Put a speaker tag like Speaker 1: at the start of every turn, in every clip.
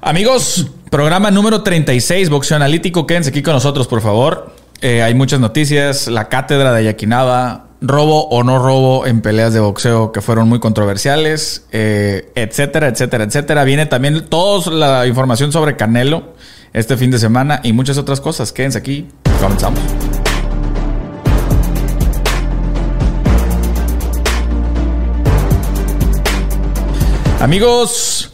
Speaker 1: Amigos, programa número 36, Boxeo Analítico. Quédense aquí con nosotros, por favor. Eh, hay muchas noticias. La cátedra de Yakinaba, robo o no robo en peleas de boxeo que fueron muy controversiales, eh, etcétera, etcétera, etcétera. Viene también toda la información sobre Canelo este fin de semana y muchas otras cosas. Quédense aquí. Comenzamos. Amigos,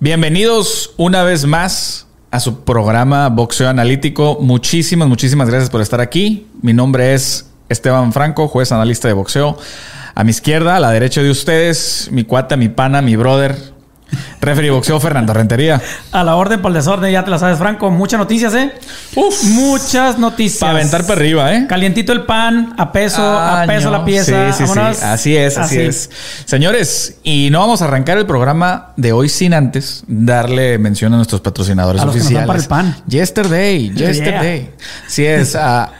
Speaker 1: bienvenidos una vez más a su programa Boxeo Analítico. Muchísimas, muchísimas gracias por estar aquí. Mi nombre es Esteban Franco, juez analista de boxeo. A mi izquierda, a la derecha de ustedes, mi cuata, mi pana, mi brother, referee boxeo Fernando Rentería.
Speaker 2: A la orden por el desorden, ya te la sabes, Franco. Muchas noticias, ¿eh?
Speaker 1: Uf.
Speaker 2: Muchas noticias.
Speaker 1: Para aventar para arriba, ¿eh?
Speaker 2: Calientito el pan, a peso, a peso
Speaker 1: Año.
Speaker 2: la pieza.
Speaker 1: Sí, sí, sí.
Speaker 2: Vámonos.
Speaker 1: Así es, así, es. Señores, y no vamos a arrancar el programa de hoy sin antes darle mención a nuestros patrocinadores
Speaker 2: A los que nos
Speaker 1: oficiales.
Speaker 2: dan para el pan.
Speaker 1: Yesterday, yesterday. Así es. a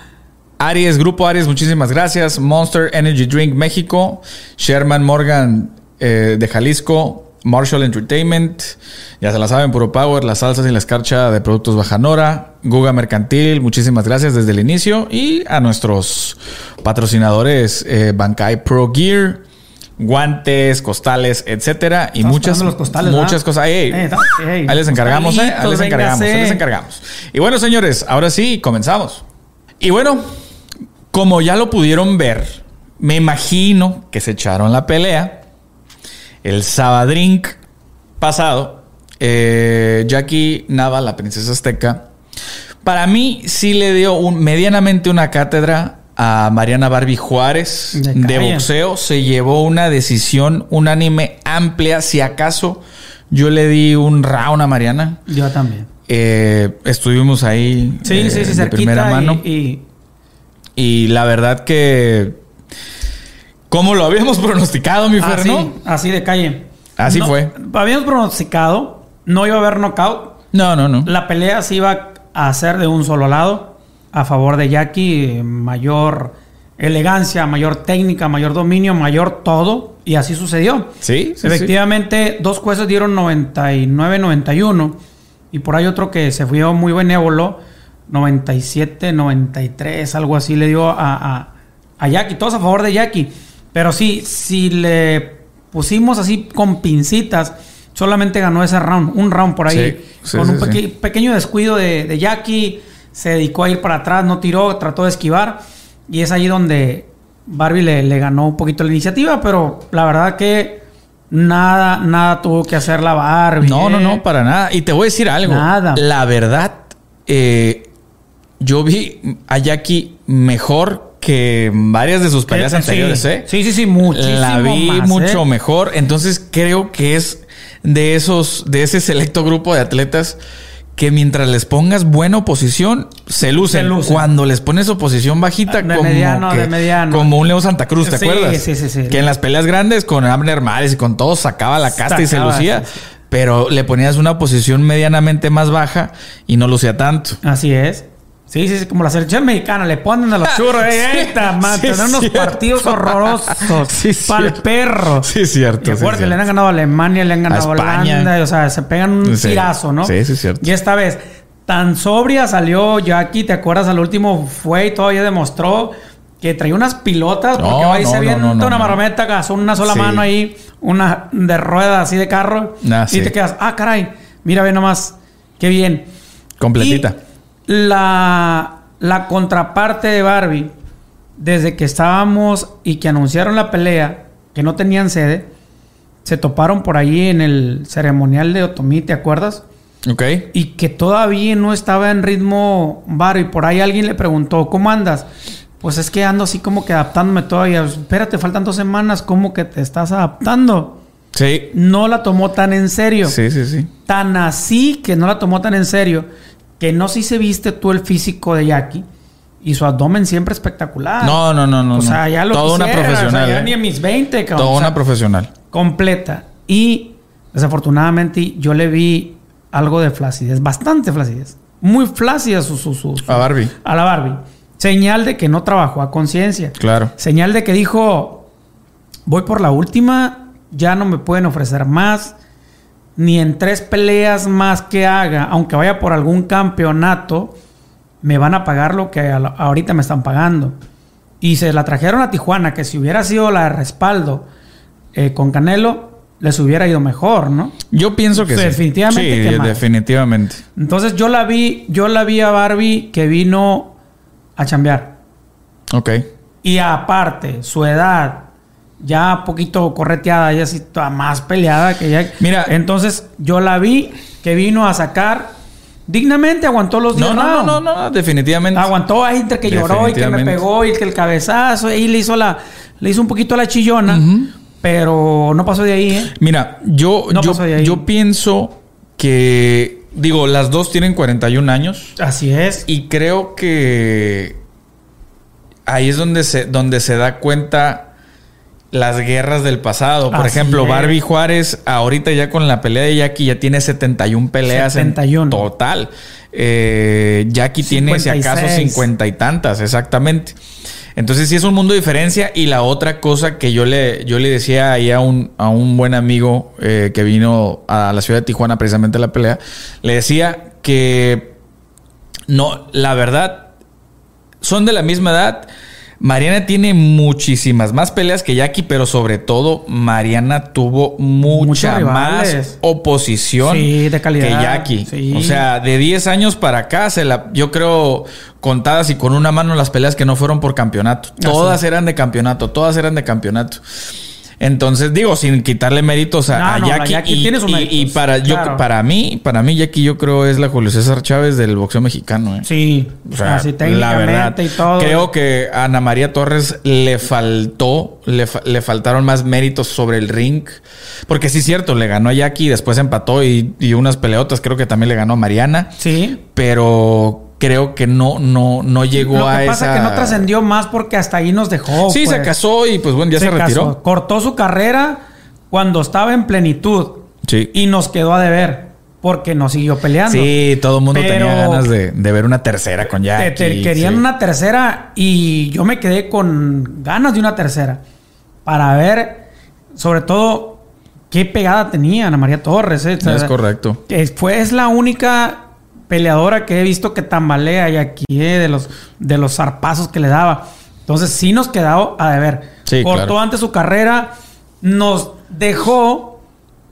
Speaker 1: Aries, Grupo Aries, muchísimas gracias. Monster Energy Drink México, Sherman Morgan eh, de Jalisco. Marshall Entertainment, ya se la saben, Puro Power, las salsas y la escarcha de productos Bajanora, Guga Mercantil, muchísimas gracias desde el inicio y a nuestros patrocinadores eh, Bankai Pro Gear, guantes, costales, etcétera y
Speaker 2: Estamos
Speaker 1: muchas
Speaker 2: esperando los costales,
Speaker 1: muchas
Speaker 2: ¿verdad?
Speaker 1: cosas. Ey,
Speaker 2: Eh, está- ey,
Speaker 1: ahí les encargamos, eh, ahí les
Speaker 2: costalitos,
Speaker 1: encargamos, ahí
Speaker 2: véngase.
Speaker 1: les encargamos. Y bueno, señores, ahora sí comenzamos. Y bueno, como ya lo pudieron ver, me imagino que se echaron la pelea el Sabadrink pasado. eh, Jackie Nava, la princesa azteca, para mí sí le dio un- medianamente una cátedra a Mariana Barbie Juárez
Speaker 2: De
Speaker 1: de
Speaker 2: calle.
Speaker 1: boxeo. Se llevó una decisión unánime amplia. Si acaso yo le di un round a Mariana.
Speaker 2: Yo también.
Speaker 1: Eh, estuvimos ahí
Speaker 2: Sí,
Speaker 1: eh,
Speaker 2: sí, sí,
Speaker 1: de
Speaker 2: cerquita.
Speaker 1: primera
Speaker 2: y-
Speaker 1: mano.
Speaker 2: Y,
Speaker 1: Y la verdad que. Como lo habíamos pronosticado, mi Fer,
Speaker 2: así,
Speaker 1: ¿no?
Speaker 2: así de calle.
Speaker 1: Así
Speaker 2: No-
Speaker 1: fue.
Speaker 2: Habíamos pronosticado, no iba a haber knockout.
Speaker 1: No, no, no.
Speaker 2: La pelea se iba a hacer de un solo lado, a favor de Jackie, mayor elegancia, mayor técnica, mayor dominio, mayor todo, y así sucedió.
Speaker 1: Sí, sí,
Speaker 2: Efectivamente, dos jueces dieron 99-91, y por ahí otro que se fue muy benévolo, 97-93, algo así le dio a, a, a Jackie, todos a favor de Jackie. Pero sí, si le pusimos así con pincitas, solamente ganó ese round, un round por ahí,
Speaker 1: Sí, sí,
Speaker 2: con un
Speaker 1: sí, sí.
Speaker 2: pequeño pequeño descuido de, de Jackie, se dedicó a ir para atrás, no tiró, trató de esquivar. Y es ahí donde Barbie le, le ganó un poquito la iniciativa, pero la verdad que nada, nada tuvo que hacer la Barbie.
Speaker 1: No, no,
Speaker 2: ¿eh?
Speaker 1: no, para nada. Y te voy a decir algo.
Speaker 2: Nada.
Speaker 1: La verdad, eh, yo vi a Jackie mejor que varias de sus
Speaker 2: Que-
Speaker 1: peleas
Speaker 2: sí.
Speaker 1: anteriores, ¿eh?
Speaker 2: Sí, sí, sí, muchísimo
Speaker 1: La vi
Speaker 2: más,
Speaker 1: mucho
Speaker 2: ¿eh?
Speaker 1: mejor. Entonces creo que es de esos, de ese selecto grupo de atletas que mientras les pongas buena oposición, se lucen.
Speaker 2: Se lucen.
Speaker 1: Cuando les pones oposición bajita,
Speaker 2: De
Speaker 1: como,
Speaker 2: mediano,
Speaker 1: que-
Speaker 2: de mediano.
Speaker 1: como un Leo Santa Cruz, ¿te
Speaker 2: Sí,
Speaker 1: acuerdas?
Speaker 2: sí, sí, sí.
Speaker 1: Que en las peleas grandes con Abner Mares y con todos sacaba la casta y se
Speaker 2: Sacaba,
Speaker 1: lucía.
Speaker 2: sí, sí.
Speaker 1: Pero le ponías una posición medianamente más baja y no lucía tanto.
Speaker 2: Así es. Sí, sí, sí, como la selección mexicana, le ponen a los churros.
Speaker 1: Sí,
Speaker 2: eh, esta madre,
Speaker 1: sí,
Speaker 2: tener unos
Speaker 1: cierto.
Speaker 2: partidos horrorosos.
Speaker 1: Sí,
Speaker 2: Pa'l
Speaker 1: cierto.
Speaker 2: perro.
Speaker 1: Sí, cierto,
Speaker 2: Y
Speaker 1: sí,
Speaker 2: fuerte, le
Speaker 1: cierto.
Speaker 2: han ganado a Alemania, le han ganado a,
Speaker 1: España.
Speaker 2: Holanda. y, o sea, se pegan un
Speaker 1: Sí.
Speaker 2: tirazo, ¿no?
Speaker 1: Sí, sí, cierto.
Speaker 2: Y esta vez, tan sobria salió Jackie, ¿te acuerdas? Al último fue y todavía demostró que traía unas pilotas porque
Speaker 1: No,
Speaker 2: ahí
Speaker 1: no,
Speaker 2: se
Speaker 1: no,
Speaker 2: viene
Speaker 1: no, no,
Speaker 2: una
Speaker 1: no.
Speaker 2: marometa, gastó una sola
Speaker 1: Sí.
Speaker 2: mano ahí, una de rueda así de carro.
Speaker 1: Ah,
Speaker 2: y
Speaker 1: sí.
Speaker 2: te quedas, ah, caray, mira, ve nomás, qué bien.
Speaker 1: Completita.
Speaker 2: Y la, la contraparte de Barbie, desde que estábamos y que anunciaron la pelea, que no tenían sede, se toparon por ahí en el ceremonial de Otomí, ¿te acuerdas?
Speaker 1: Ok.
Speaker 2: Y que todavía no estaba en ritmo Barbie. Por ahí alguien le preguntó, ¿cómo andas? Pues es que ando así como que adaptándome todavía. Espérate, faltan dos semanas, ¿cómo que te estás adaptando?
Speaker 1: Sí.
Speaker 2: No la tomó tan en serio.
Speaker 1: Sí, sí, sí.
Speaker 2: Tan así que no la tomó tan en serio que no sé si se viste tú el físico de Jackie y su abdomen siempre espectacular.
Speaker 1: No, no, no, no.
Speaker 2: Ah, O sea,
Speaker 1: no.
Speaker 2: ya lo
Speaker 1: Toda una
Speaker 2: quisiera,
Speaker 1: profesional.
Speaker 2: o sea, ya
Speaker 1: ¿eh?
Speaker 2: ni en mis 20, cabrón.
Speaker 1: Toda
Speaker 2: O sea,
Speaker 1: una profesional.
Speaker 2: completa. Y desafortunadamente yo le vi algo de flacidez, bastante flacidez. Muy flácida su, su, su- su-
Speaker 1: A Barbie.
Speaker 2: A la Barbie. Señal de que no trabajó a conciencia.
Speaker 1: Claro.
Speaker 2: Señal de que dijo, voy por la última, ya no me pueden ofrecer más, ni en tres peleas más que haga, aunque vaya por algún campeonato, me van a pagar lo que a la- ahorita me están pagando. Y se la trajeron a Tijuana, que si hubiera sido la de respaldo eh, con Canelo, les hubiera ido mejor, ¿no?
Speaker 1: Yo pienso que sí.
Speaker 2: Definitivamente
Speaker 1: Sí,
Speaker 2: que mal.
Speaker 1: definitivamente.
Speaker 2: Entonces yo la vi, yo la vi a Barbie que vino a chambear.
Speaker 1: Ok.
Speaker 2: Y aparte, su edad ya poquito correteada, ya sí toda más peleada que ya.
Speaker 1: Mira.
Speaker 2: entonces yo la vi que vino a sacar dignamente, aguantó los
Speaker 1: No,
Speaker 2: diez
Speaker 1: no,
Speaker 2: rounds.
Speaker 1: no, no, no, definitivamente.
Speaker 2: Aguantó a Inter que lloró y que me
Speaker 1: Definitivamente.
Speaker 2: pegó y que el cabezazo y le hizo la le hizo un poquito la chillona, pero no pasó de ahí, ¿eh?
Speaker 1: Mira, yo,
Speaker 2: No
Speaker 1: yo,
Speaker 2: pasó de ahí.
Speaker 1: yo pienso que, digo, las dos tienen 41 años
Speaker 2: Así es.
Speaker 1: y creo que ahí es donde se, donde se da cuenta las guerras del pasado. Por
Speaker 2: Así
Speaker 1: ejemplo,
Speaker 2: es.
Speaker 1: Barbie Juárez, ahorita ya con la pelea de Jackie, ya tiene 71 peleas
Speaker 2: 71.
Speaker 1: en total. Eh, Jackie tiene, si acaso,
Speaker 2: 56.
Speaker 1: 50 y tantas, exactamente. Entonces, sí es un mundo de diferencia. Y la otra cosa que yo le, yo le decía ahí a un, a un buen amigo eh, que vino a la ciudad de Tijuana precisamente a la pelea, le decía que no, la verdad, son de la misma edad. Mariana tiene muchísimas más peleas que Jackie, pero sobre todo Mariana tuvo mucha
Speaker 2: Muchos rivales.
Speaker 1: más oposición
Speaker 2: Sí, de calidad.
Speaker 1: que Jackie.
Speaker 2: Sí.
Speaker 1: O sea, de 10 años para acá, se la, yo creo contadas y con una mano las peleas que no fueron por campeonato. Todas eran de campeonato, todas eran de campeonato. Entonces, digo, sin quitarle méritos a,
Speaker 2: No,
Speaker 1: a
Speaker 2: no, la
Speaker 1: Jackie.
Speaker 2: Jackie
Speaker 1: y,
Speaker 2: tiene sus
Speaker 1: y-
Speaker 2: méritos,
Speaker 1: y para, yo,
Speaker 2: claro.
Speaker 1: para mí, para mí, Jackie, yo creo es la Julio César Chávez del boxeo mexicano. ¿eh?
Speaker 2: Sí,
Speaker 1: O sea,
Speaker 2: así
Speaker 1: la
Speaker 2: técnicamente
Speaker 1: verdad,
Speaker 2: y todo.
Speaker 1: creo que a Ana María Torres le faltó, le, fa- le faltaron más méritos sobre el ring. Porque sí, cierto, le ganó a Jackie, después empató y, y unas peleotas, creo que también le ganó a Mariana.
Speaker 2: Sí.
Speaker 1: Pero creo que no, no, no llegó
Speaker 2: Lo
Speaker 1: a
Speaker 2: que pasa
Speaker 1: esa.
Speaker 2: es que no trascendió más porque hasta ahí nos dejó.
Speaker 1: Sí, se
Speaker 2: pues.
Speaker 1: casó y pues bueno, ya se,
Speaker 2: Se
Speaker 1: retiró.
Speaker 2: casó. Cortó su carrera cuando estaba en plenitud
Speaker 1: Sí.
Speaker 2: y nos quedó a deber porque nos siguió peleando.
Speaker 1: Sí, todo el mundo
Speaker 2: Pero-
Speaker 1: tenía ganas de, de ver una tercera con
Speaker 2: Te-
Speaker 1: Jackie.
Speaker 2: te querían
Speaker 1: sí.
Speaker 2: una tercera y yo me quedé con ganas de una tercera para ver, sobre todo, qué pegada tenía Ana María Torres. ¿eh? O sea,
Speaker 1: Es correcto.
Speaker 2: que fue- es la única peleadora que he visto que tambalea y aquí eh, de los de los zarpazos que le daba. Entonces sí nos quedó a deber.
Speaker 1: Sí,
Speaker 2: Cortó
Speaker 1: claro.
Speaker 2: antes su carrera, nos dejó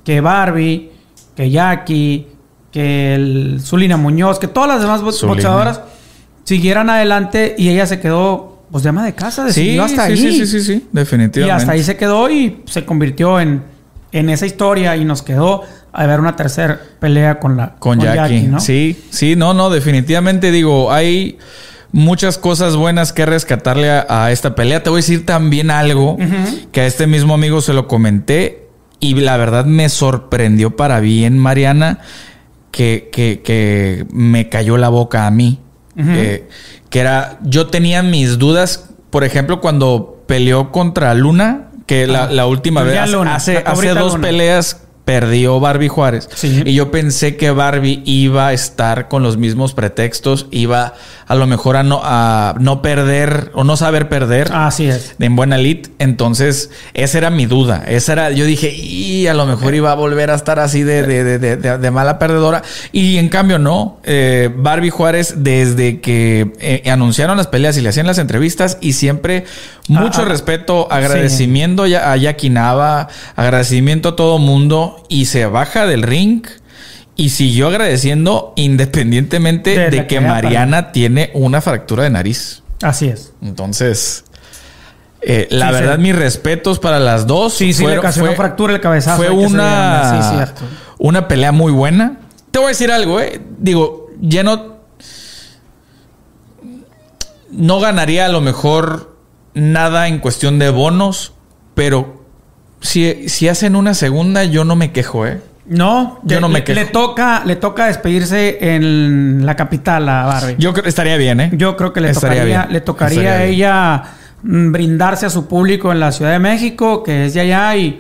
Speaker 2: que Barbie, que Jackie, que el Zulina Muñoz, que todas las demás bo-
Speaker 1: Zulina.
Speaker 2: boxeadoras siguieran adelante y ella se quedó pues de ama de casa,
Speaker 1: Sí,
Speaker 2: decidió hasta
Speaker 1: sí,
Speaker 2: ahí.
Speaker 1: sí, sí, sí, sí, definitivamente.
Speaker 2: Y hasta ahí se quedó y se convirtió en, en esa historia y nos quedó a ver una tercera pelea con la
Speaker 1: Con, Jackie.
Speaker 2: ¿no?
Speaker 1: Sí, sí, no, no, definitivamente digo, hay muchas cosas buenas que rescatarle a, a esta pelea. Te voy a decir también algo que a este mismo amigo se lo comenté y la verdad me sorprendió para bien, Mariana, que, que, que me cayó la boca a mí. Eh, que era, yo tenía mis dudas, por ejemplo, cuando peleó contra Luna, que la, la última
Speaker 2: Julia
Speaker 1: vez,
Speaker 2: Luna,
Speaker 1: hace,
Speaker 2: la
Speaker 1: hace
Speaker 2: cabrita
Speaker 1: dos
Speaker 2: Luna.
Speaker 1: peleas perdió Barbie Juárez.
Speaker 2: Sí.
Speaker 1: Y yo pensé que Barbie iba a estar con los mismos pretextos, iba a lo mejor a no, a no perder o no saber perder
Speaker 2: Así es.
Speaker 1: en buena lid. Entonces, esa era mi duda. Esa era, yo dije, y a lo mejor iba a volver a estar así de, de- de- de- de- de mala perdedora. Y en cambio, no. Eh, Barbie Juárez, desde que eh, anunciaron las peleas y le hacían las entrevistas, y siempre mucho
Speaker 2: Ah, ah.
Speaker 1: respeto, agradecimiento ya- a Jackie Nava, agradecimiento a todo mundo, y se baja del ring. Y siguió agradeciendo independientemente
Speaker 2: De la
Speaker 1: de,
Speaker 2: que
Speaker 1: que
Speaker 2: haya
Speaker 1: Mariana tiene una fractura de nariz.
Speaker 2: Así es.
Speaker 1: Entonces, eh, la
Speaker 2: Sí,
Speaker 1: verdad,
Speaker 2: sí.
Speaker 1: mis respetos para las dos.
Speaker 2: Sí, sí, le ocasionó fractura el cabezazo.
Speaker 1: Fue
Speaker 2: ahí que se
Speaker 1: una,
Speaker 2: dieron, Sí, cierto.
Speaker 1: una pelea muy buena. Te voy a decir algo, eh. Digo, ya no. No ganaría a lo mejor nada en cuestión de bonos, pero si, si hacen una segunda, yo no me quejo, eh.
Speaker 2: No,
Speaker 1: Yo
Speaker 2: le-
Speaker 1: no me
Speaker 2: le-
Speaker 1: quejo.
Speaker 2: Le toca, le toca despedirse en la capital a Barbie.
Speaker 1: Yo creo estaría bien, eh.
Speaker 2: Yo creo que le
Speaker 1: Estaría
Speaker 2: tocaría,
Speaker 1: bien.
Speaker 2: le tocaría a
Speaker 1: Estaría bien.
Speaker 2: ella mm, brindarse a su público en la Ciudad de México, que es de allá, y,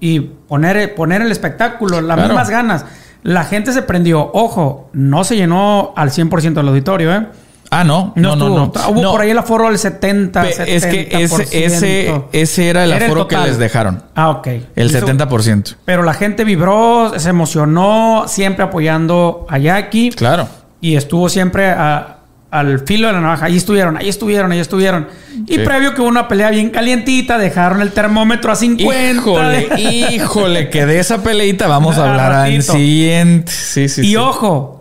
Speaker 2: y poner, poner el espectáculo, las
Speaker 1: Claro.
Speaker 2: mismas ganas. La gente se prendió. Ojo, no se llenó al 100% el auditorio, ¿eh?
Speaker 1: Ah, no.
Speaker 2: No,
Speaker 1: No, no, no.
Speaker 2: estuvo. Ah, Hubo
Speaker 1: No,
Speaker 2: por ahí el aforo del 70,
Speaker 1: pe- Es que ese, ese, ese era el aforo que les dejaron.
Speaker 2: Ah, ok.
Speaker 1: El
Speaker 2: Hizo-
Speaker 1: 70%.
Speaker 2: Pero la gente vibró, se emocionó, siempre apoyando a Jackie.
Speaker 1: Claro.
Speaker 2: Y estuvo siempre a- al filo de la navaja. Ahí estuvieron, ahí estuvieron, ahí estuvieron. Y
Speaker 1: Sí.
Speaker 2: previo que hubo una pelea bien calientita, dejaron el termómetro a 50.
Speaker 1: Híjole, híjole, que de esa peleita vamos a
Speaker 2: Al
Speaker 1: hablar en
Speaker 2: ratito.
Speaker 1: siguiente. Sí, sí,
Speaker 2: y
Speaker 1: sí.
Speaker 2: ojo,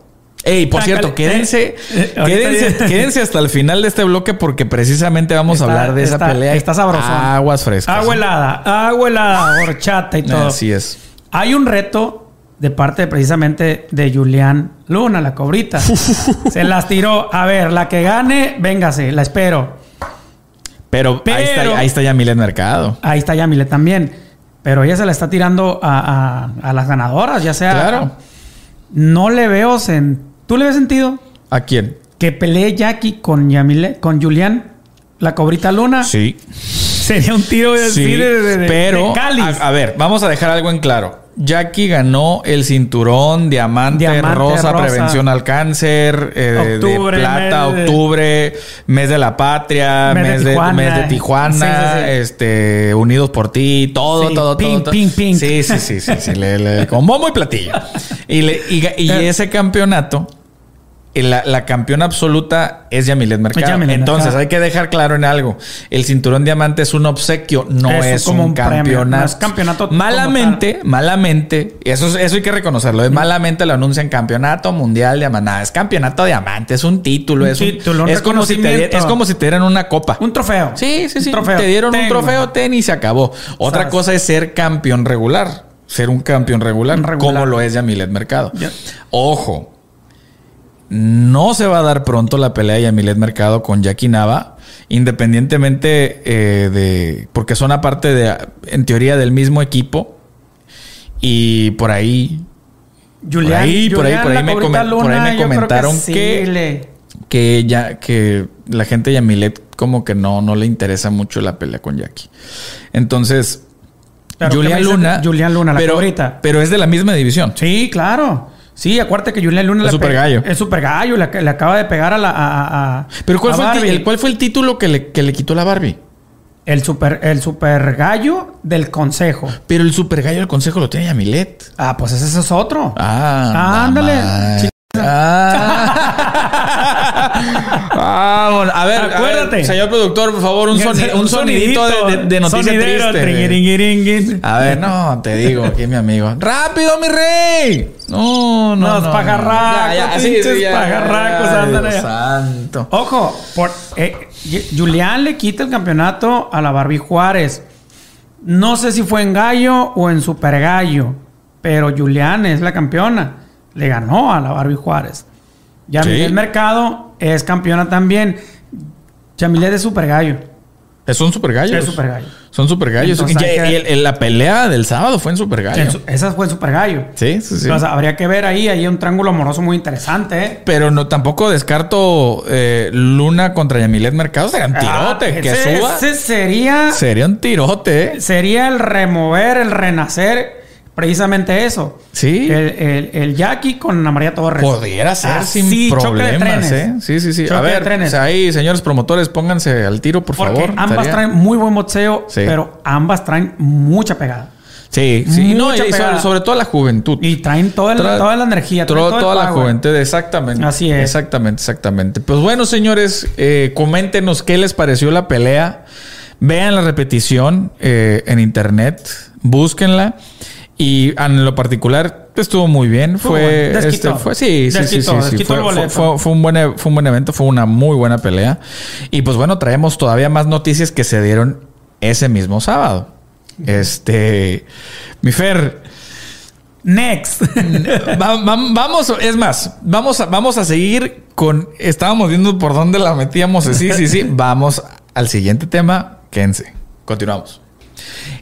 Speaker 1: Ey, por cierto,
Speaker 2: Sácale.
Speaker 1: quédense,
Speaker 2: Eh, ahorita
Speaker 1: quédense,
Speaker 2: viene.
Speaker 1: quédense hasta el final de este bloque porque precisamente vamos a
Speaker 2: Está-
Speaker 1: hablar de esa
Speaker 2: está-
Speaker 1: pelea.
Speaker 2: Está sabroso.
Speaker 1: Aguas frescas. Eh,
Speaker 2: Agua helada, agua helada, horchata y todo.
Speaker 1: Así es.
Speaker 2: Hay un reto de parte precisamente de Julián Luna, la cobrita. Se las tiró. A ver, la que gane, véngase, la espero.
Speaker 1: Pero, ahí
Speaker 2: Pero-
Speaker 1: está, ahí está Yamilet Mercado.
Speaker 2: Ahí está Yamile también. Pero ella se la está tirando a, a- a las ganadoras, ya sea.
Speaker 1: Claro.
Speaker 2: No le veo sen- ¿Tú le ves sentido?
Speaker 1: ¿A quién?
Speaker 2: Que pelee Jackie con Yamile, con Julián, la cobrita Luna.
Speaker 1: Sí.
Speaker 2: Sería un tiro de,
Speaker 1: Sí,
Speaker 2: de- de- de-
Speaker 1: pero
Speaker 2: de cáliz.
Speaker 1: A, a ver, vamos a dejar algo en claro. Jackie ganó el cinturón diamante,
Speaker 2: Diamante,
Speaker 1: rosa,
Speaker 2: rosa.
Speaker 1: prevención al cáncer, eh, de-
Speaker 2: Octubre,
Speaker 1: de plata,
Speaker 2: mes de-
Speaker 1: octubre, mes de la patria,
Speaker 2: Mes de
Speaker 1: mes de mes de Tijuana,
Speaker 2: Tijuana. Sí, sí, sí.
Speaker 1: este, unidos por ti, todo,
Speaker 2: Sí,
Speaker 1: todo, todo,
Speaker 2: ping,
Speaker 1: todo.
Speaker 2: ping, ping.
Speaker 1: Sí, sí, sí, sí, sí, le- le- con bombo y platillo. Y, le- y ga- y
Speaker 2: Eh.
Speaker 1: ese campeonato y La, la campeona absoluta es Yamilet Mercado.
Speaker 2: Yamilet
Speaker 1: Entonces
Speaker 2: Mercado.
Speaker 1: hay que dejar claro en algo. El cinturón diamante es un obsequio, no
Speaker 2: Es
Speaker 1: es,
Speaker 2: como
Speaker 1: un,
Speaker 2: un premio,
Speaker 1: campeonato.
Speaker 2: no es campeonato como
Speaker 1: Malamente, malamente, eso, es- eso hay que reconocerlo.
Speaker 2: Mm.
Speaker 1: es malamente lo anuncian campeonato mundial diamante. Nada, es campeonato diamante, es un título.
Speaker 2: Un
Speaker 1: es, un-
Speaker 2: título, un
Speaker 1: es, como si te,
Speaker 2: reconocimiento.
Speaker 1: di- es como si te dieran una copa.
Speaker 2: Un trofeo.
Speaker 1: sí, sí,
Speaker 2: Un
Speaker 1: sí.
Speaker 2: trofeo.
Speaker 1: Te dieron un
Speaker 2: Tengo.
Speaker 1: trofeo, ten y se acabó. Otra
Speaker 2: Sas.
Speaker 1: cosa es ser campeón regular. Ser un campeón regular,
Speaker 2: Regular.
Speaker 1: como lo es Yamilet Mercado.
Speaker 2: Ya.
Speaker 1: Ojo, no se va a dar pronto la pelea de Yamilet Mercado con Jackie Nava, independientemente eh, de. porque son aparte de, en teoría, del mismo equipo. Y por ahí Por
Speaker 2: Julián,
Speaker 1: ahí, por ahí,
Speaker 2: Julián,
Speaker 1: por ahí
Speaker 2: la
Speaker 1: me
Speaker 2: cobrita
Speaker 1: comen- por ahí me
Speaker 2: yo creo
Speaker 1: comentaron
Speaker 2: sí
Speaker 1: que-
Speaker 2: le-
Speaker 1: que ya que la gente de Yamilet como que no, no le interesa mucho la pelea con Jackie. Entonces,
Speaker 2: Pero ¿qué me
Speaker 1: Julián
Speaker 2: dices de
Speaker 1: Luna.
Speaker 2: Julián Luna, la
Speaker 1: pero,
Speaker 2: favorita.
Speaker 1: Pero es de la misma división.
Speaker 2: Sí, claro. Sí, acuérdate que Julián Luna...
Speaker 1: Es
Speaker 2: le
Speaker 1: super
Speaker 2: pe-
Speaker 1: gallo.
Speaker 2: Es super gallo, le, le acaba de pegar a la... a- a- a-
Speaker 1: Pero ¿cuál,
Speaker 2: a
Speaker 1: fue el, ti-
Speaker 2: Barbie.
Speaker 1: el- cuál fue el título que le, que le quitó la Barbie?
Speaker 2: El super, el super gallo del consejo.
Speaker 1: Pero el super gallo del consejo lo tiene Yamilet.
Speaker 2: Ah, pues ese, ese es otro.
Speaker 1: Ah,
Speaker 2: Ah, ándale.
Speaker 1: mamá.
Speaker 2: Sí.
Speaker 1: Ah. Vamos, a ver, a ver,
Speaker 2: Acuérdate.
Speaker 1: señor productor, por favor, un, soni- un sonidito, de, de- de noticia
Speaker 2: Sonidero,
Speaker 1: triste. Ah.
Speaker 2: tringuiringuiringuin.
Speaker 1: A ver, no, te digo, aquí mi amigo. ¡Rápido, mi rey! No, no.
Speaker 2: Los
Speaker 1: no,
Speaker 2: pajarracos, pinches pajarracos, ándale.
Speaker 1: Dios santo.
Speaker 2: Ojo, por, eh, Ju- Julián le quita el campeonato a la Barbie Juárez. No sé si fue en Gallo o en Super Gallo, pero Julián es la campeona. Le ganó a la Barbie Juárez. Yamilet
Speaker 1: Sí.
Speaker 2: Mercado es campeona también. Yamilet es Super Gallo.
Speaker 1: Son super gallos.
Speaker 2: Es Super Gallo.
Speaker 1: Son super gallos.
Speaker 2: Entonces,
Speaker 1: y
Speaker 2: hay que-
Speaker 1: y el- el- la pelea del sábado fue en super gallo.
Speaker 2: En su- Esa fue en Super Gallo.
Speaker 1: Sí, sí, sí.
Speaker 2: O sea, habría que ver ahí, ahí un triángulo amoroso muy interesante, ¿eh?
Speaker 1: Pero no, tampoco descarto eh, Luna contra Yamilet Mercado. Sería un tirote.
Speaker 2: Ah,
Speaker 1: que
Speaker 2: ese-
Speaker 1: suba.
Speaker 2: ese sería,
Speaker 1: Sería un tirote. eh.
Speaker 2: sería el remover, el renacer, precisamente eso.
Speaker 1: Sí.
Speaker 2: El, el, el Jackie con Ana María Torres.
Speaker 1: Pudiera ser
Speaker 2: Ah,
Speaker 1: sin
Speaker 2: sí, choque de
Speaker 1: problemas,
Speaker 2: trenes.
Speaker 1: ¿eh? Sí, sí, sí.
Speaker 2: Choque
Speaker 1: a
Speaker 2: de
Speaker 1: ver,
Speaker 2: trenes.
Speaker 1: o sea, ahí, señores promotores, pónganse al tiro, por
Speaker 2: Porque
Speaker 1: favor.
Speaker 2: ambas
Speaker 1: Estaría-
Speaker 2: traen muy buen boxeo,
Speaker 1: Sí.
Speaker 2: pero ambas traen mucha pegada.
Speaker 1: Sí, sí. No, y
Speaker 2: Mucha
Speaker 1: sobre-
Speaker 2: pegada.
Speaker 1: sobre, todo la juventud.
Speaker 2: Y traen toda, el-
Speaker 1: Tra-
Speaker 2: toda la energía.
Speaker 1: Tro-
Speaker 2: traen todo el
Speaker 1: toda la
Speaker 2: power.
Speaker 1: juventud, exactamente.
Speaker 2: Así es.
Speaker 1: Exactamente, exactamente. Pues bueno, señores, eh, coméntenos qué les pareció la pelea. Vean la repetición eh, en internet, búsquenla. Y en lo particular, estuvo muy bien.
Speaker 2: Estuvo
Speaker 1: Fue,
Speaker 2: bueno. Desquitó.
Speaker 1: este, fue sí, sí, sí,
Speaker 2: Desquitó,
Speaker 1: sí, sí,
Speaker 2: desquitó
Speaker 1: Fue,
Speaker 2: el boleto.
Speaker 1: fue- fue- fue un buen, e- fue un buen evento, fue una muy buena pelea. Y pues bueno, traemos todavía más noticias que se dieron ese mismo sábado. Este, mi Fer,
Speaker 2: Next.
Speaker 1: Va- va- vamos, es más, vamos a, vamos a seguir con. Estábamos viendo por dónde la metíamos. Sí, sí, sí. Vamos al siguiente tema. Quédense. Continuamos.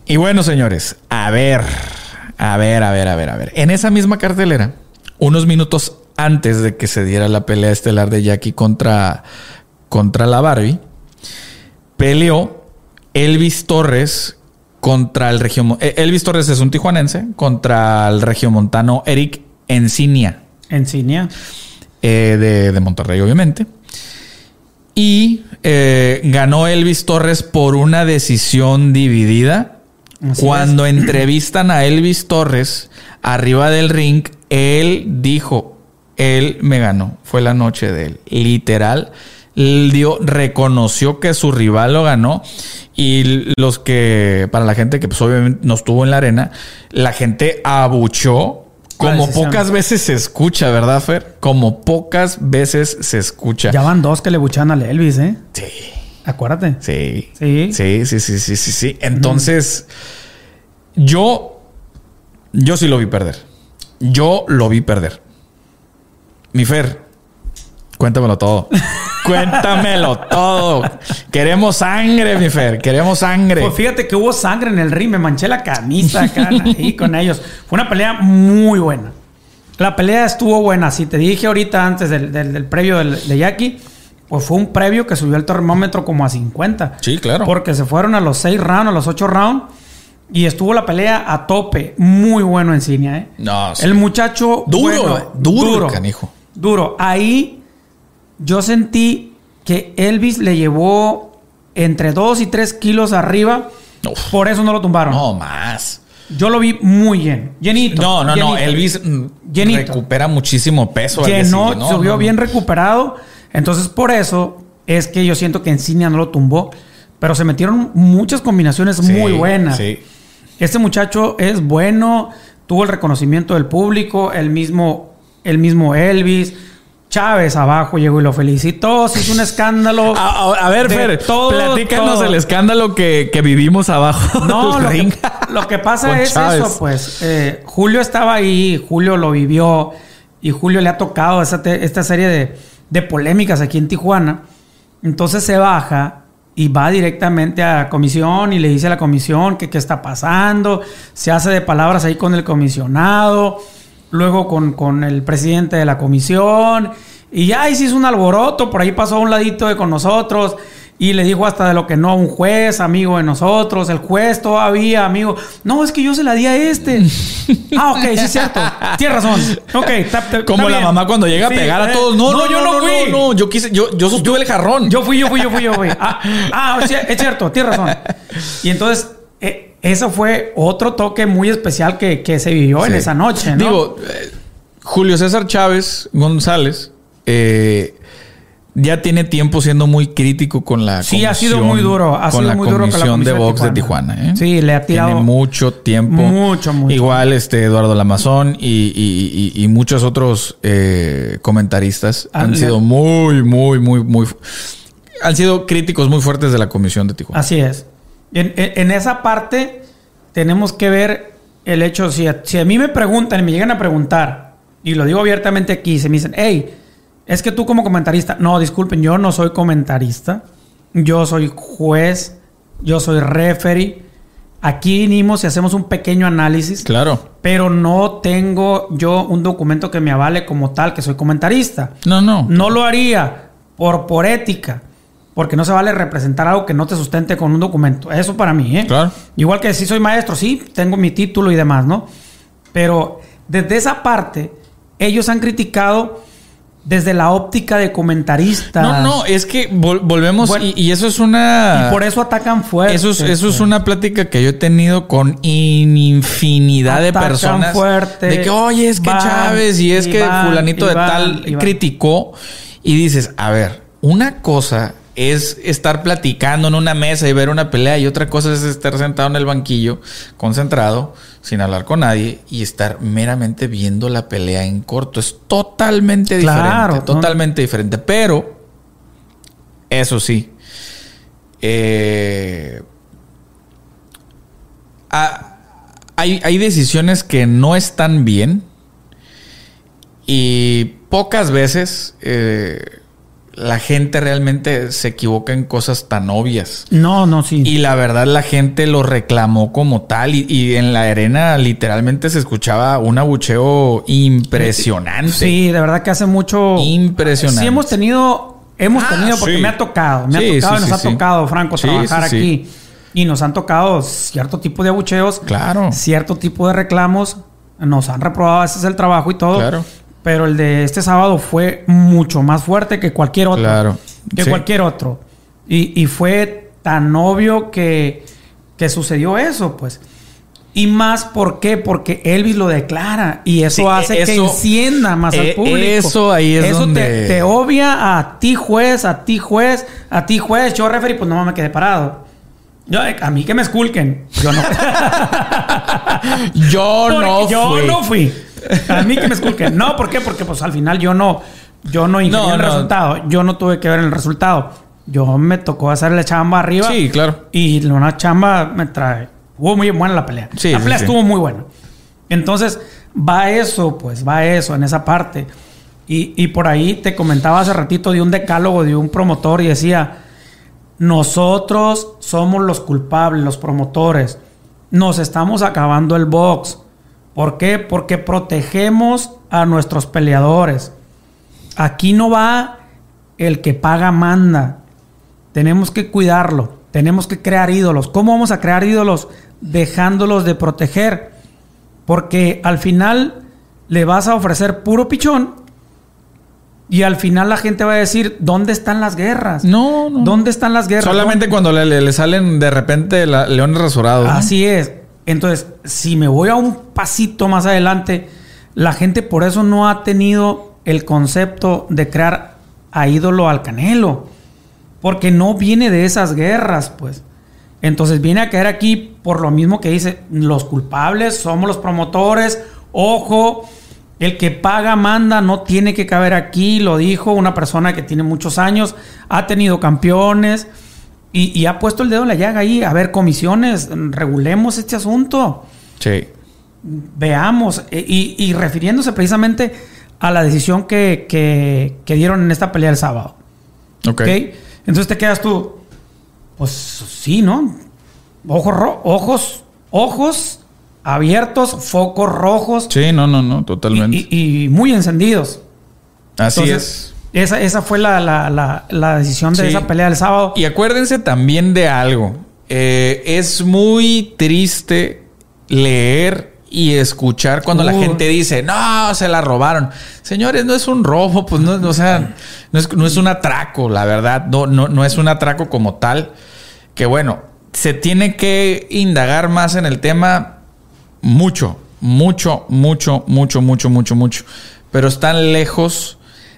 Speaker 1: Y bueno, señores, a ver, a ver, a ver, a ver, a ver. En esa misma cartelera, unos minutos antes de que se diera la pelea estelar de Jackie contra, contra la Barbie, peleó Elvis Torres contra el regio. eh, Elvis Torres es un tijuanense contra el regiomontano Eric Encinia
Speaker 2: en Cinia.
Speaker 1: eh, de, de Monterrey, obviamente. Y eh, ganó Elvis Torres por una decisión dividida.
Speaker 2: Así
Speaker 1: Cuando entrevistan a Elvis Torres arriba del ring, él dijo, él me ganó, fue la noche de él, literal. él dio- reconoció que su rival lo ganó y los que, para la gente que pues, obviamente no estuvo en la arena, la gente abuchó como
Speaker 2: decisión.
Speaker 1: pocas veces se escucha, ¿verdad, Fer? Como pocas veces se escucha.
Speaker 2: Ya van dos que le buchan al Elvis, ¿eh?
Speaker 1: Sí.
Speaker 2: Acuérdate.
Speaker 1: Sí.
Speaker 2: Sí.
Speaker 1: Sí, sí, sí, sí, sí, sí. Entonces, yo, yo sí lo vi perder. Yo lo vi perder. Mi Fer, cuéntamelo todo. cuéntamelo todo. Queremos sangre, mi Fer. Queremos sangre.
Speaker 2: Pues fíjate que hubo sangre en el ring, me manché la camisa acá ahí con ellos. Fue una pelea muy buena. La pelea estuvo buena, si te dije ahorita antes del, del- del previo del- de Jackie, pues fue un previo que subió el termómetro como a 50.
Speaker 1: Sí, claro.
Speaker 2: Porque se fueron a los 6 rounds, a los 8 rounds, y estuvo la pelea a tope. Muy bueno en cine, ¿eh?
Speaker 1: No, sí.
Speaker 2: El muchacho.
Speaker 1: Duro, eh,
Speaker 2: bueno,
Speaker 1: duro el canijo.
Speaker 2: Duro. Ahí yo sentí que Elvis le llevó entre 2 y 3 kilos arriba.
Speaker 1: Uf.
Speaker 2: Por eso no lo tumbaron.
Speaker 1: No más.
Speaker 2: Yo lo vi muy bien. Llenito.
Speaker 1: No, no, no.
Speaker 2: llenito.
Speaker 1: Elvis mm,
Speaker 2: Llenito.
Speaker 1: recupera muchísimo peso. al día
Speaker 2: Llenó,
Speaker 1: siguiente. No,
Speaker 2: subió
Speaker 1: no,
Speaker 2: bien
Speaker 1: no.
Speaker 2: recuperado. Entonces, por eso es que yo siento que Encinia no lo tumbó. Pero se metieron muchas combinaciones muy
Speaker 1: Sí,
Speaker 2: buenas.
Speaker 1: Sí.
Speaker 2: Este muchacho es bueno, tuvo el reconocimiento del público, el mismo, el mismo Elvis. Chávez abajo llegó y lo felicitó, se hizo un escándalo.
Speaker 1: A, a- a ver,
Speaker 2: Oh, De
Speaker 1: Fer,
Speaker 2: todo,
Speaker 1: platícanos
Speaker 2: todo.
Speaker 1: el escándalo que, que vivimos abajo
Speaker 2: No,
Speaker 1: del
Speaker 2: lo que,
Speaker 1: ring.
Speaker 2: lo que
Speaker 1: pues Con
Speaker 2: pasa es
Speaker 1: Chávez.
Speaker 2: eso, pues. eh, Julio estaba ahí, Julio lo vivió y Julio le ha tocado esa te- esta serie de, de polémicas aquí en Tijuana. Entonces se baja y va directamente a la comisión y le dice a la comisión que qué está pasando, se hace de palabras ahí con el comisionado, luego con, con el presidente de la comisión y ya ahí se hizo un alboroto, por ahí pasó a un ladito de con nosotros y le dijo hasta de lo que no a un juez, amigo de nosotros, el juez todavía, amigo, no, es que yo se la di a este. ah, ok, sí es cierto, tienes razón. Ok, está- está-
Speaker 1: Como
Speaker 2: está
Speaker 1: la
Speaker 2: bien.
Speaker 1: mamá cuando llega a
Speaker 2: Sí,
Speaker 1: pegar a
Speaker 2: eh,
Speaker 1: todos. No, no,
Speaker 2: yo no, fui.
Speaker 1: no, yo quise, yo, yo sostuve el jarrón.
Speaker 2: Yo fui, yo fui, yo fui, yo fui. Ah, ah, sí, es cierto, tienes razón. Y entonces, eh, eso fue otro toque muy especial que, que se vivió en
Speaker 1: Sí.
Speaker 2: esa noche, ¿no?
Speaker 1: Digo, eh, Julio César Chávez González eh, ya tiene tiempo siendo muy crítico con la
Speaker 2: Sí, ha sido muy duro, ha
Speaker 1: con
Speaker 2: sido
Speaker 1: la
Speaker 2: muy duro con la
Speaker 1: comisión de
Speaker 2: comisión de
Speaker 1: box de
Speaker 2: Tijuana.
Speaker 1: Tijuana. ¿eh?
Speaker 2: Sí, le ha tirado
Speaker 1: Tiene mucho tiempo.
Speaker 2: mucho, mucho.
Speaker 1: Igual este Eduardo Lamazón y, y- y- y muchos otros eh, comentaristas
Speaker 2: Ah,
Speaker 1: han
Speaker 2: le-
Speaker 1: sido muy, muy, muy, muy... Han sido críticos muy fuertes de la comisión de Tijuana.
Speaker 2: Así es. En, en- en esa parte tenemos que ver el hecho, si a, si a mí me preguntan y me llegan a preguntar, y lo digo abiertamente aquí, se me dicen, hey, es que tú como comentarista, no, disculpen, yo no soy comentarista, yo soy juez, yo soy referee, aquí vinimos y hacemos un pequeño análisis
Speaker 1: Claro.
Speaker 2: pero no tengo yo un documento que me avale como tal, que soy comentarista.
Speaker 1: No, no.
Speaker 2: No lo haría por, por ética, porque no se vale representar algo que no te sustente con un documento. Eso para mí, ¿eh?
Speaker 1: Claro.
Speaker 2: Igual que si soy maestro, sí, tengo mi título y demás, ¿no? Pero desde esa parte, ellos han criticado desde la óptica de comentarista.
Speaker 1: No, no, es que vol- volvemos
Speaker 2: Bueno,
Speaker 1: y, y eso es una...
Speaker 2: Y por eso atacan fuerte.
Speaker 1: Eso es, eso es
Speaker 2: pues.
Speaker 1: una plática que yo he tenido con in- infinidad de
Speaker 2: Atacan
Speaker 1: personas.
Speaker 2: fuerte,
Speaker 1: de que, oye, es que
Speaker 2: van,
Speaker 1: Chávez y es
Speaker 2: y
Speaker 1: que
Speaker 2: van,
Speaker 1: fulanito
Speaker 2: y
Speaker 1: de
Speaker 2: van,
Speaker 1: tal
Speaker 2: y van.
Speaker 1: criticó. Y dices, a ver, una cosa es estar platicando en una mesa y ver una pelea y otra cosa es estar sentado en el banquillo, concentrado, sin hablar con nadie y estar meramente viendo la pelea en corto. Es totalmente
Speaker 2: Claro,
Speaker 1: diferente,
Speaker 2: ¿no?
Speaker 1: totalmente diferente. Pero, eso sí, eh, ah, hay, hay decisiones que no están bien y pocas veces eh, la gente realmente se equivoca en cosas tan obvias.
Speaker 2: No, no, sí.
Speaker 1: Y la verdad la gente lo reclamó como tal y, y en la arena literalmente se escuchaba un abucheo impresionante.
Speaker 2: Sí, de verdad que hace mucho.
Speaker 1: Impresionante.
Speaker 2: Sí, hemos tenido. Hemos
Speaker 1: Ah,
Speaker 2: tenido, porque
Speaker 1: sí.
Speaker 2: me ha tocado. Me
Speaker 1: Sí,
Speaker 2: ha
Speaker 1: sí,
Speaker 2: tocado y nos
Speaker 1: sí,
Speaker 2: ha
Speaker 1: sí.
Speaker 2: tocado, Franco,
Speaker 1: Sí,
Speaker 2: trabajar
Speaker 1: sí, sí.
Speaker 2: aquí. Y nos han tocado cierto tipo de abucheos.
Speaker 1: Claro.
Speaker 2: Cierto tipo de reclamos. Nos han reprobado a veces el trabajo y todo.
Speaker 1: Claro.
Speaker 2: Pero el de este sábado fue mucho más fuerte que cualquier otro.
Speaker 1: Claro.
Speaker 2: que
Speaker 1: Sí.
Speaker 2: cualquier otro. Y, y fue tan obvio que, que sucedió eso, pues. Y más, ¿por qué? Porque Elvis lo declara y eso
Speaker 1: Sí, e,
Speaker 2: hace que
Speaker 1: eso-
Speaker 2: encienda más
Speaker 1: eh,
Speaker 2: al público.
Speaker 1: eso ahí es
Speaker 2: Eso te-
Speaker 1: donde-
Speaker 2: te, obvia a ti juez, a ti juez, a ti juez. Yo referí, pues no me quedé parado. Yo, eh, a mí que me esculquen. Yo no.
Speaker 1: Yo
Speaker 2: Porque
Speaker 1: no
Speaker 2: yo
Speaker 1: fui.
Speaker 2: no fui. A mí que me esculquen. No, ¿por qué? Porque pues al final yo no, yo no ingerí
Speaker 1: No,
Speaker 2: el
Speaker 1: no.
Speaker 2: resultado. Yo no tuve que ver el resultado. Yo me tocó hacer la chamba arriba.
Speaker 1: Sí, claro.
Speaker 2: Y una chamba me trae. Hubo muy buena la pelea.
Speaker 1: Sí,
Speaker 2: la
Speaker 1: sí,
Speaker 2: pelea
Speaker 1: sí.
Speaker 2: estuvo muy buena. Entonces, va eso, pues, va eso en esa parte. Y, y por ahí te comentaba hace ratito de un decálogo de un promotor y decía, nosotros somos los culpables, los promotores. Nos estamos acabando el box. ¿Por qué? Porque protegemos a nuestros peleadores. Aquí no va el que paga manda. Tenemos que cuidarlo. Tenemos que crear ídolos. ¿Cómo vamos a crear ídolos? Dejándolos de proteger. Porque al final le vas a ofrecer puro pichón. Y al final la gente va a decir, ¿dónde están las guerras?
Speaker 1: No, no.
Speaker 2: ¿Dónde están las guerras?
Speaker 1: Solamente cuando le, le- le salen de repente la- leones rasurados. ¿no?
Speaker 2: Así es. Entonces, si me voy a un pasito más adelante, la gente por eso no ha tenido el concepto de crear a ídolo al canelo. Porque no viene de esas guerras, pues. Entonces viene a caer aquí por lo mismo que dice, los culpables somos los promotores, ojo, el que paga manda, no tiene que caber aquí, lo dijo una persona que tiene muchos años, ha tenido campeones y, y ha puesto el dedo en la llaga ahí, a ver, comisiones, regulemos este asunto
Speaker 1: Sí.
Speaker 2: veamos, e- y, y refiriéndose precisamente a la decisión que, que- que dieron en esta pelea el sábado.
Speaker 1: Ok.
Speaker 2: ¿ok? Entonces te quedas tú, pues sí, ¿no? Ojos, ro- ojos, ojos abiertos, focos rojos
Speaker 1: Sí, no, no, no,
Speaker 2: y-
Speaker 1: totalmente.
Speaker 2: y- y muy encendidos.
Speaker 1: Así
Speaker 2: Entonces,
Speaker 1: es.
Speaker 2: Esa, esa fue la, la- la- la decisión de
Speaker 1: Sí.
Speaker 2: esa pelea del sábado.
Speaker 1: Y acuérdense también de algo. Eh, es muy triste leer y escuchar cuando la
Speaker 2: Uh.
Speaker 1: gente dice, no, se la robaron. Señores, no es un robo, pues no, no, o sea, no es, no es un atraco, la verdad, no, no, no es un atraco como tal. Que bueno, se tiene que indagar más en el tema mucho, mucho, mucho, mucho, mucho, mucho, mucho. Pero están lejos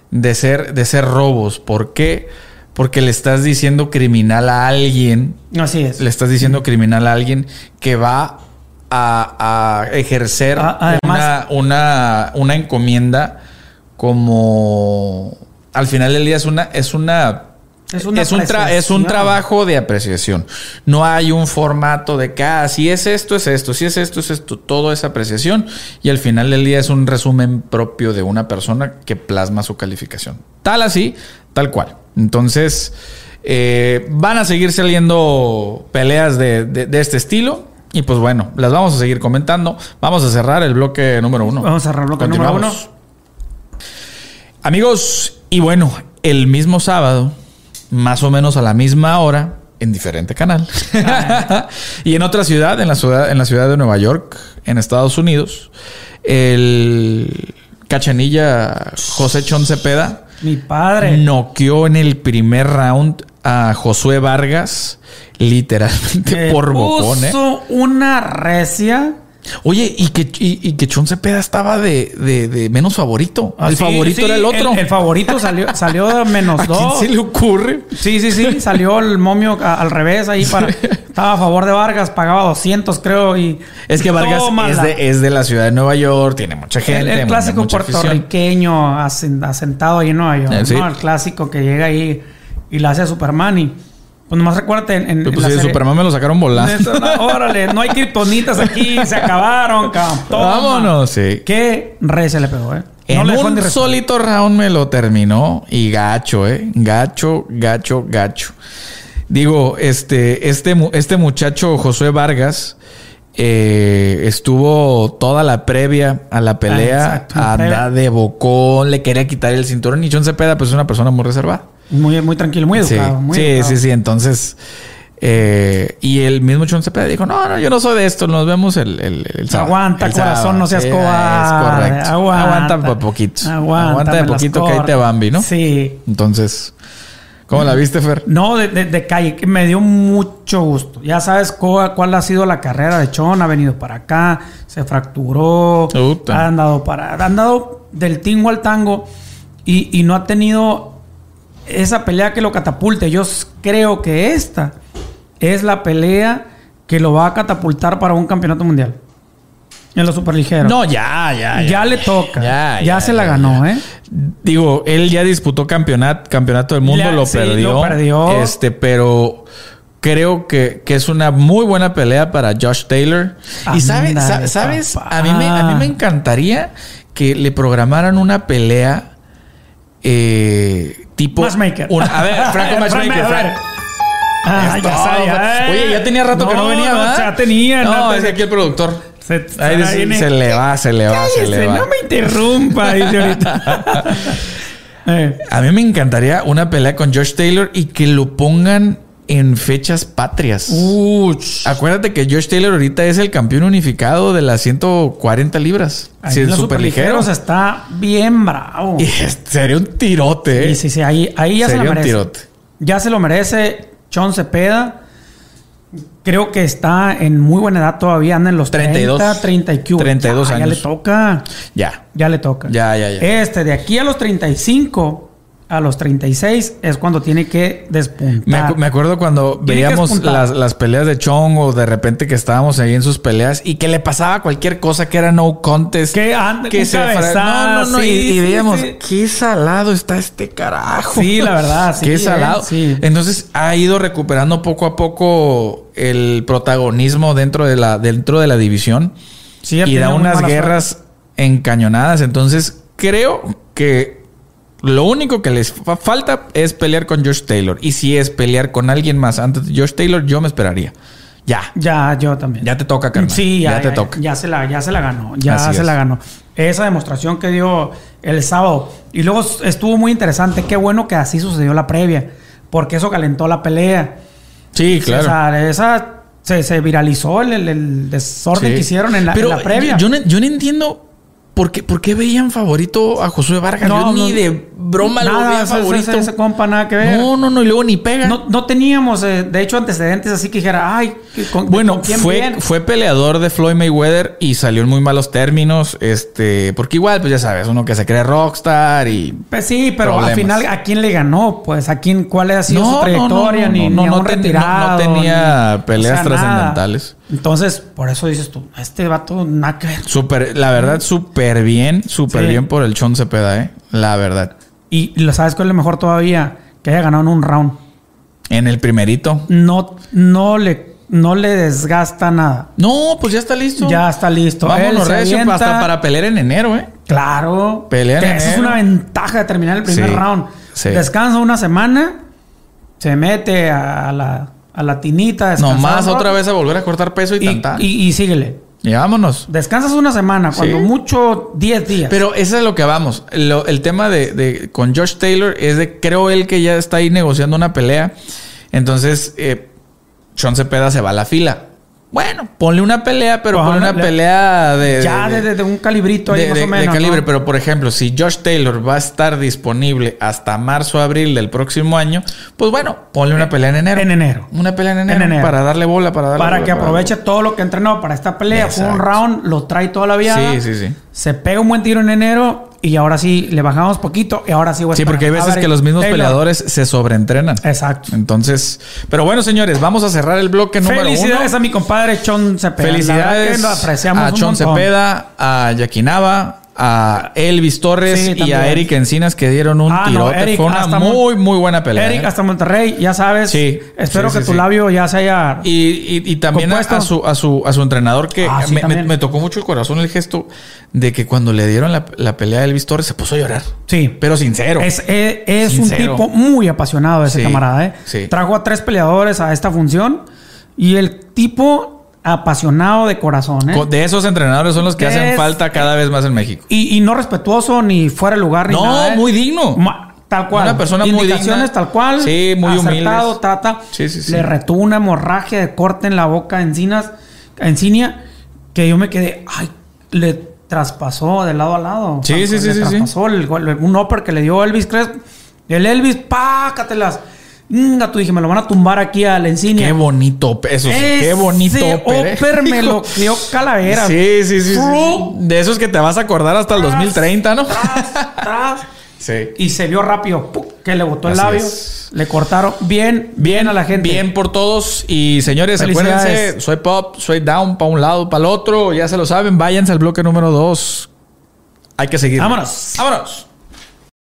Speaker 1: de ser, de ser robos. ¿Por qué? Porque le estás diciendo criminal a alguien,
Speaker 2: Así es.
Speaker 1: le estás diciendo criminal a alguien que va a, a ejercer
Speaker 2: Ah, además-
Speaker 1: una, una, una encomienda como al final del día es una, es una
Speaker 2: Es
Speaker 1: es,
Speaker 2: una
Speaker 1: un tra- es
Speaker 2: apreciación.
Speaker 1: un trabajo de apreciación. No hay un formato de que, ah, si es esto, es esto, si es esto, es esto. Todo es apreciación. Y al final del día es un resumen propio de una persona que plasma su calificación. Tal así, tal cual. Entonces, eh, van a seguir saliendo peleas de, de- de este estilo. Y pues bueno, las vamos a seguir comentando. Vamos a cerrar el bloque número uno.
Speaker 2: Vamos a cerrar el bloque número uno.
Speaker 1: Continuamos. Amigos, y bueno, el mismo sábado, más o menos a la misma hora, en diferente canal, y en otra ciudad, en la ciudad, en la ciudad de Nueva York, en Estados Unidos, el cachanilla José Chon Cepeda
Speaker 2: Mi padre.
Speaker 1: noqueó en el primer round a Josué Vargas, literalmente
Speaker 2: me
Speaker 1: por bocón. ¿eh?
Speaker 2: puso una recia.
Speaker 1: Oye, y que, y, y que Chon Cepeda estaba de, de- de menos favorito.
Speaker 2: Ah,
Speaker 1: el
Speaker 2: sí,
Speaker 1: favorito
Speaker 2: sí,
Speaker 1: era el otro.
Speaker 2: El, favorito salió, salió de menos
Speaker 1: ¿A quién
Speaker 2: dos.
Speaker 1: se le ocurre?
Speaker 2: Sí, sí, sí. Salió el momio a- al revés ahí para. Estaba a favor de Vargas, pagaba 200, creo. y
Speaker 1: Es que Vargas
Speaker 2: Tómala.
Speaker 1: es de, es de la ciudad de Nueva York, tiene mucha gente.
Speaker 2: El, el
Speaker 1: mucha-
Speaker 2: clásico
Speaker 1: mucha afición.
Speaker 2: puertorriqueño asen- asentado ahí en Nueva York.
Speaker 1: Eh, sí.
Speaker 2: ¿no? El clásico que llega ahí y la hace a Superman. Y pues nomás recuérdate en, en-
Speaker 1: Yo,
Speaker 2: en
Speaker 1: pues,
Speaker 2: la
Speaker 1: sí,
Speaker 2: serie-
Speaker 1: Superman me lo sacaron volando.
Speaker 2: en esa- no, órale, no hay kriptonitas aquí, se acabaron, cabrón. Toma.
Speaker 1: Vámonos, sí.
Speaker 2: Qué rey se le pegó, ¿eh?
Speaker 1: En
Speaker 2: le dejó ni
Speaker 1: un
Speaker 2: respirar.
Speaker 1: solito round me lo terminó y gacho, eh. Gacho, gacho, gacho. Digo, este, este, mu- este muchacho Josué Vargas eh, estuvo toda la previa a la
Speaker 2: Ah,
Speaker 1: pelea,
Speaker 2: exacto, la
Speaker 1: anda de bocón, le quería quitar el cinturón y John Cepeda pues es una persona muy reservada.
Speaker 2: Muy, muy tranquilo, muy
Speaker 1: Sí,
Speaker 2: educado. muy
Speaker 1: sí,
Speaker 2: educado.
Speaker 1: sí, sí. Entonces, eh, y el mismo Chon Cepeda dijo: No, no, yo no soy de esto. Nos vemos el, el, el sábado.
Speaker 2: Aguanta,
Speaker 1: Pues El
Speaker 2: corazón, no seas
Speaker 1: Sí,
Speaker 2: cobarde.
Speaker 1: Es correcto.
Speaker 2: Aguanta.
Speaker 1: Aguanta, por poquito.
Speaker 2: Aguanta,
Speaker 1: Aguanta de
Speaker 2: me las
Speaker 1: poquito que ahí te
Speaker 2: corto.
Speaker 1: Bambi, ¿no?
Speaker 2: Sí.
Speaker 1: Entonces, ¿Cómo la viste, Fer?
Speaker 2: No, de, de- de calle, que me dio mucho gusto. Ya sabes cuál, cuál ha sido la carrera de Chon, ha venido para acá, se fracturó,
Speaker 1: Puta.
Speaker 2: ha andado para, ha andado del tingo al tango y, y no ha tenido esa pelea que lo catapulte. Yo s- creo que esta es la pelea que lo va a catapultar para un campeonato mundial. En lo superligero.
Speaker 1: No, ya, ya.
Speaker 2: ya, le toca.
Speaker 1: Ya,
Speaker 2: Ya,
Speaker 1: ya,
Speaker 2: se la
Speaker 1: ya,
Speaker 2: ganó,
Speaker 1: ya.
Speaker 2: ¿eh?
Speaker 1: Digo, él ya disputó campeonato, campeonato del mundo,
Speaker 2: Ya,
Speaker 1: lo
Speaker 2: sí,
Speaker 1: perdió.
Speaker 2: lo perdió.
Speaker 1: Este, pero creo que, que es una muy buena pelea para Josh Taylor. y sabe- sa-
Speaker 2: Ándale,
Speaker 1: sabes,
Speaker 2: papá.
Speaker 1: a mí, me, a mí me
Speaker 2: ah.
Speaker 1: encantaría que le programaran una pelea eh, tipo.
Speaker 2: Matchmaker.
Speaker 1: un- a ver, Franco Matchmaker.
Speaker 2: A ver.
Speaker 1: Fra-
Speaker 2: Ah,
Speaker 1: Es
Speaker 2: ya
Speaker 1: todo,
Speaker 2: sabía.
Speaker 1: Fra- Oye, ya tenía rato que no venía, ¿verdad?
Speaker 2: Ya tenía.
Speaker 1: No,
Speaker 2: no, pues,
Speaker 1: es que aquí el productor.
Speaker 2: Se,
Speaker 1: Ahí dice,
Speaker 2: viene-
Speaker 1: se le va, se le va, se
Speaker 2: Cállese,
Speaker 1: le va.
Speaker 2: no me interrumpa, dice ahorita. Eh,
Speaker 1: A mí me encantaría una pelea con Josh Taylor y que lo pongan en fechas patrias.
Speaker 2: uch.
Speaker 1: Acuérdate que Josh Taylor ahorita es el campeón unificado de las 140 libras.
Speaker 2: Ahí
Speaker 1: Sí,
Speaker 2: en
Speaker 1: es
Speaker 2: los
Speaker 1: súper ligero.
Speaker 2: superligeros está bien bravo.
Speaker 1: sería un tirote. ¿eh?
Speaker 2: Sí, sí, sí, ahí, ahí ya se
Speaker 1: Sería
Speaker 2: lo
Speaker 1: un
Speaker 2: merece.
Speaker 1: tirote.
Speaker 2: Ya se lo merece Chon Cepeda. Creo que está en muy buena edad todavía, anda en los
Speaker 1: 32.
Speaker 2: 30, 30 y Q.
Speaker 1: 32
Speaker 2: Ya
Speaker 1: años.
Speaker 2: le toca.
Speaker 1: Ya.
Speaker 2: Ya le toca.
Speaker 1: Ya, ya, ya.
Speaker 2: Este, de aquí a los 35, a los 36, es cuando tiene que despuntar.
Speaker 1: Me, acu- me acuerdo cuando
Speaker 2: Ah. Tiene que
Speaker 1: veíamos
Speaker 2: despuntar.
Speaker 1: las, las peleas de Chong o de repente que estábamos ahí en sus peleas y que le pasaba cualquier cosa que era no contest.
Speaker 2: Que ande- un
Speaker 1: fra-
Speaker 2: cabezazo,
Speaker 1: No, no, no.
Speaker 2: sí,
Speaker 1: y, y
Speaker 2: sí,
Speaker 1: veíamos,
Speaker 2: sí.
Speaker 1: qué salado está este carajo.
Speaker 2: Sí, la verdad, sí,
Speaker 1: qué
Speaker 2: eh,
Speaker 1: salado.
Speaker 2: sí.
Speaker 1: Entonces ha ido recuperando poco a poco el protagonismo dentro de la, dentro de la división
Speaker 2: Sí, ha
Speaker 1: y da
Speaker 2: tenido muy
Speaker 1: unas
Speaker 2: mala
Speaker 1: guerras encañonadas. Entonces, creo que lo único que les fa- falta es pelear con Josh Taylor. Y si es pelear con alguien más antes de Josh Taylor, yo me esperaría. Ya,
Speaker 2: suerte. Ya, yo también.
Speaker 1: ya te toca, carnal.
Speaker 2: Sí, ya,
Speaker 1: ya, te
Speaker 2: ya,
Speaker 1: toca.
Speaker 2: Ya se la, ya se la ganó. Ya
Speaker 1: Así
Speaker 2: se
Speaker 1: es.
Speaker 2: la ganó. Esa demostración que dio el sábado. Y luego s- estuvo muy interesante. Qué bueno que así sucedió la previa. Porque eso calentó la pelea.
Speaker 1: Sí, claro.
Speaker 2: O sea, esa se, se viralizó el, el- el desorden
Speaker 1: Sí.
Speaker 2: que hicieron en la, en
Speaker 1: Pero
Speaker 2: la previa.
Speaker 1: Yo, yo no, yo no entiendo por qué, por qué veían favorito a Josué Vargas.
Speaker 2: No,
Speaker 1: yo ni
Speaker 2: no.
Speaker 1: de broma lo
Speaker 2: Nada,
Speaker 1: veía
Speaker 2: ese-
Speaker 1: favorito.
Speaker 2: Ese, ese compa nada que ver.
Speaker 1: no, no, no, y luego ni pega.
Speaker 2: No, no teníamos, eh, de hecho, antecedentes así que dijera, ay, que con,
Speaker 1: Bueno,
Speaker 2: ¿con quién
Speaker 1: fue,
Speaker 2: viene?
Speaker 1: fue peleador de Floyd Mayweather y salió en muy malos términos. Este, porque igual, pues ya sabes, uno que se cree rockstar y.
Speaker 2: Pues sí, pero
Speaker 1: Problemas.
Speaker 2: al final, ¿a quién le ganó? Pues, ¿a quién? ¿Cuál ha sido
Speaker 1: No,
Speaker 2: su
Speaker 1: no,
Speaker 2: trayectoria?
Speaker 1: no, no,
Speaker 2: ni,
Speaker 1: no,
Speaker 2: ni a
Speaker 1: no
Speaker 2: un
Speaker 1: ten- no- no
Speaker 2: retirado.
Speaker 1: tenía
Speaker 2: ni-
Speaker 1: peleas
Speaker 2: nada.
Speaker 1: trascendentales.
Speaker 2: Entonces, por eso dices tú, este vato nada que ver.
Speaker 1: Súper, la verdad, súper bien, súper
Speaker 2: Sí.
Speaker 1: bien por el Chon Cepeda, ¿eh? La verdad.
Speaker 2: Y lo sabes cuál es lo mejor todavía, que haya ganado en un round.
Speaker 1: En el primerito.
Speaker 2: No, no le, no le desgasta nada.
Speaker 1: No, pues ya está listo.
Speaker 2: Ya está listo. Él
Speaker 1: Vámonos,
Speaker 2: se
Speaker 1: recio,
Speaker 2: avienta.
Speaker 1: hasta para pelear en enero, ¿eh?
Speaker 2: Claro.
Speaker 1: Pelea en
Speaker 2: que esa es
Speaker 1: enero.
Speaker 2: una ventaja de terminar el primer
Speaker 1: Sí,
Speaker 2: round.
Speaker 1: sí.
Speaker 2: Descansa una semana, se mete a la, a la tinita. descansa
Speaker 1: Nomás
Speaker 2: un rato
Speaker 1: otra vez a volver a cortar peso y,
Speaker 2: Y,
Speaker 1: tanta.
Speaker 2: y- y síguele.
Speaker 1: Y vámonos.
Speaker 2: Descansas una semana, cuando
Speaker 1: Sí.
Speaker 2: mucho 10 días.
Speaker 1: Pero eso es lo que vamos. Lo- el tema de, de- con Josh Taylor es de creo él que ya está ahí negociando una pelea. Entonces, eh, Sean Cepeda se va a la fila. Bueno, ponle una pelea, pero
Speaker 2: Ajá,
Speaker 1: ponle una
Speaker 2: le-
Speaker 1: pelea de.
Speaker 2: ya
Speaker 1: eh, de-
Speaker 2: desde
Speaker 1: de-
Speaker 2: un calibrito ahí
Speaker 1: de-
Speaker 2: más
Speaker 1: de-
Speaker 2: o
Speaker 1: de
Speaker 2: menos.
Speaker 1: calibre,
Speaker 2: ¿no?
Speaker 1: pero por ejemplo, si Josh Taylor va a estar disponible hasta marzo, abril del próximo año, pues bueno, ponle una pelea en enero.
Speaker 2: Eh, En enero.
Speaker 1: Una pelea en enero,
Speaker 2: enero.
Speaker 1: para darle bola, para darle
Speaker 2: para
Speaker 1: bola,
Speaker 2: que aproveche
Speaker 1: darle
Speaker 2: todo lo que entrenó para esta pelea. Fue un
Speaker 1: Exacto.
Speaker 2: round, lo trae toda la vida.
Speaker 1: bola. Sí, sí, sí.
Speaker 2: Se pega un buen tiro en enero y ahora sí le bajamos poquito y ahora sí voy a
Speaker 1: Sí,
Speaker 2: esperar.
Speaker 1: porque hay
Speaker 2: Pues A
Speaker 1: veces
Speaker 2: ver,
Speaker 1: que los mismos
Speaker 2: Taylor.
Speaker 1: peleadores se sobreentrenan.
Speaker 2: Exacto.
Speaker 1: Entonces, pero bueno, señores, vamos a cerrar el bloque número
Speaker 2: Felicidades
Speaker 1: uno.
Speaker 2: a mi compadre Chon Cepeda. La verdad
Speaker 1: Felicidades
Speaker 2: que lo apreciamos
Speaker 1: a
Speaker 2: un
Speaker 1: Chon
Speaker 2: montón.
Speaker 1: Cepeda, a Yaquinaba, a Elvis Torres
Speaker 2: Sí,
Speaker 1: y
Speaker 2: también.
Speaker 1: a Eric Encinas que dieron un
Speaker 2: Ah, no,
Speaker 1: tirote.
Speaker 2: Eric,
Speaker 1: Fue una
Speaker 2: hasta
Speaker 1: muy,
Speaker 2: Mon-
Speaker 1: muy buena pelea.
Speaker 2: Eric,
Speaker 1: ¿eh?
Speaker 2: hasta Monterrey, ya sabes.
Speaker 1: Sí,
Speaker 2: Espero
Speaker 1: sí,
Speaker 2: que
Speaker 1: sí,
Speaker 2: tu
Speaker 1: sí.
Speaker 2: labio ya se haya.
Speaker 1: Y, y- y también a,
Speaker 2: Compuesto.
Speaker 1: a su, a, su, a su entrenador que
Speaker 2: Ah, sí,
Speaker 1: me, me-
Speaker 2: también.
Speaker 1: me tocó mucho el corazón el gesto de que cuando le dieron la, la pelea a Elvis Torres se puso a llorar.
Speaker 2: sí.
Speaker 1: Pero sincero.
Speaker 2: Es, es- es un
Speaker 1: Sincero.
Speaker 2: tipo muy apasionado ese
Speaker 1: Sí,
Speaker 2: camarada, ¿eh?
Speaker 1: sí.
Speaker 2: Trajo a tres peleadores a esta función y el tipo apasionado de corazón, ¿eh?
Speaker 1: Co- De esos entrenadores son los que hacen
Speaker 2: Es-
Speaker 1: falta cada vez más en México.
Speaker 2: y, y no respetuoso ni fuera de lugar ni
Speaker 1: No,
Speaker 2: nada. ¿eh?
Speaker 1: muy digno.
Speaker 2: Ma- tal cual.
Speaker 1: Una persona muy
Speaker 2: Indicaciones
Speaker 1: digna.
Speaker 2: tal cual.
Speaker 1: Sí, muy
Speaker 2: acertado,
Speaker 1: humildes.
Speaker 2: trata.
Speaker 1: Sí, sí, sí.
Speaker 2: Le retó una hemorragia de corte en la boca encinas, encinia, que yo me quedé, ay, le traspasó de lado a lado.
Speaker 1: Sí, sí, sí, sí,
Speaker 2: Le
Speaker 1: sí.
Speaker 2: traspasó el gol- un upper que le dio Elvis Crespo. El Elvis, pácatelas. Mmm, tú dije, me lo van a tumbar aquí a la encina.
Speaker 1: Qué bonito, eso sí, qué bonito
Speaker 2: Oper,
Speaker 1: eh,
Speaker 2: me
Speaker 1: hijo.
Speaker 2: lo crió Calavera.
Speaker 1: Sí, sí, sí, sí.
Speaker 2: Fru-
Speaker 1: De esos que te vas a acordar hasta el 2030, ¿no?
Speaker 2: Tras, tras.
Speaker 1: Sí.
Speaker 2: y se vio rápido, ¡puc! que le botó el
Speaker 1: Así
Speaker 2: labio.
Speaker 1: es.
Speaker 2: Le cortaron bien, bien a la gente.
Speaker 1: Bien por todos. Y señores,
Speaker 2: Felicidades.
Speaker 1: acuérdense, soy pop, soy down, para un lado, para el otro. Ya se lo saben, váyanse al bloque número 2. Hay que seguir.
Speaker 2: Vámonos.
Speaker 1: Vámonos.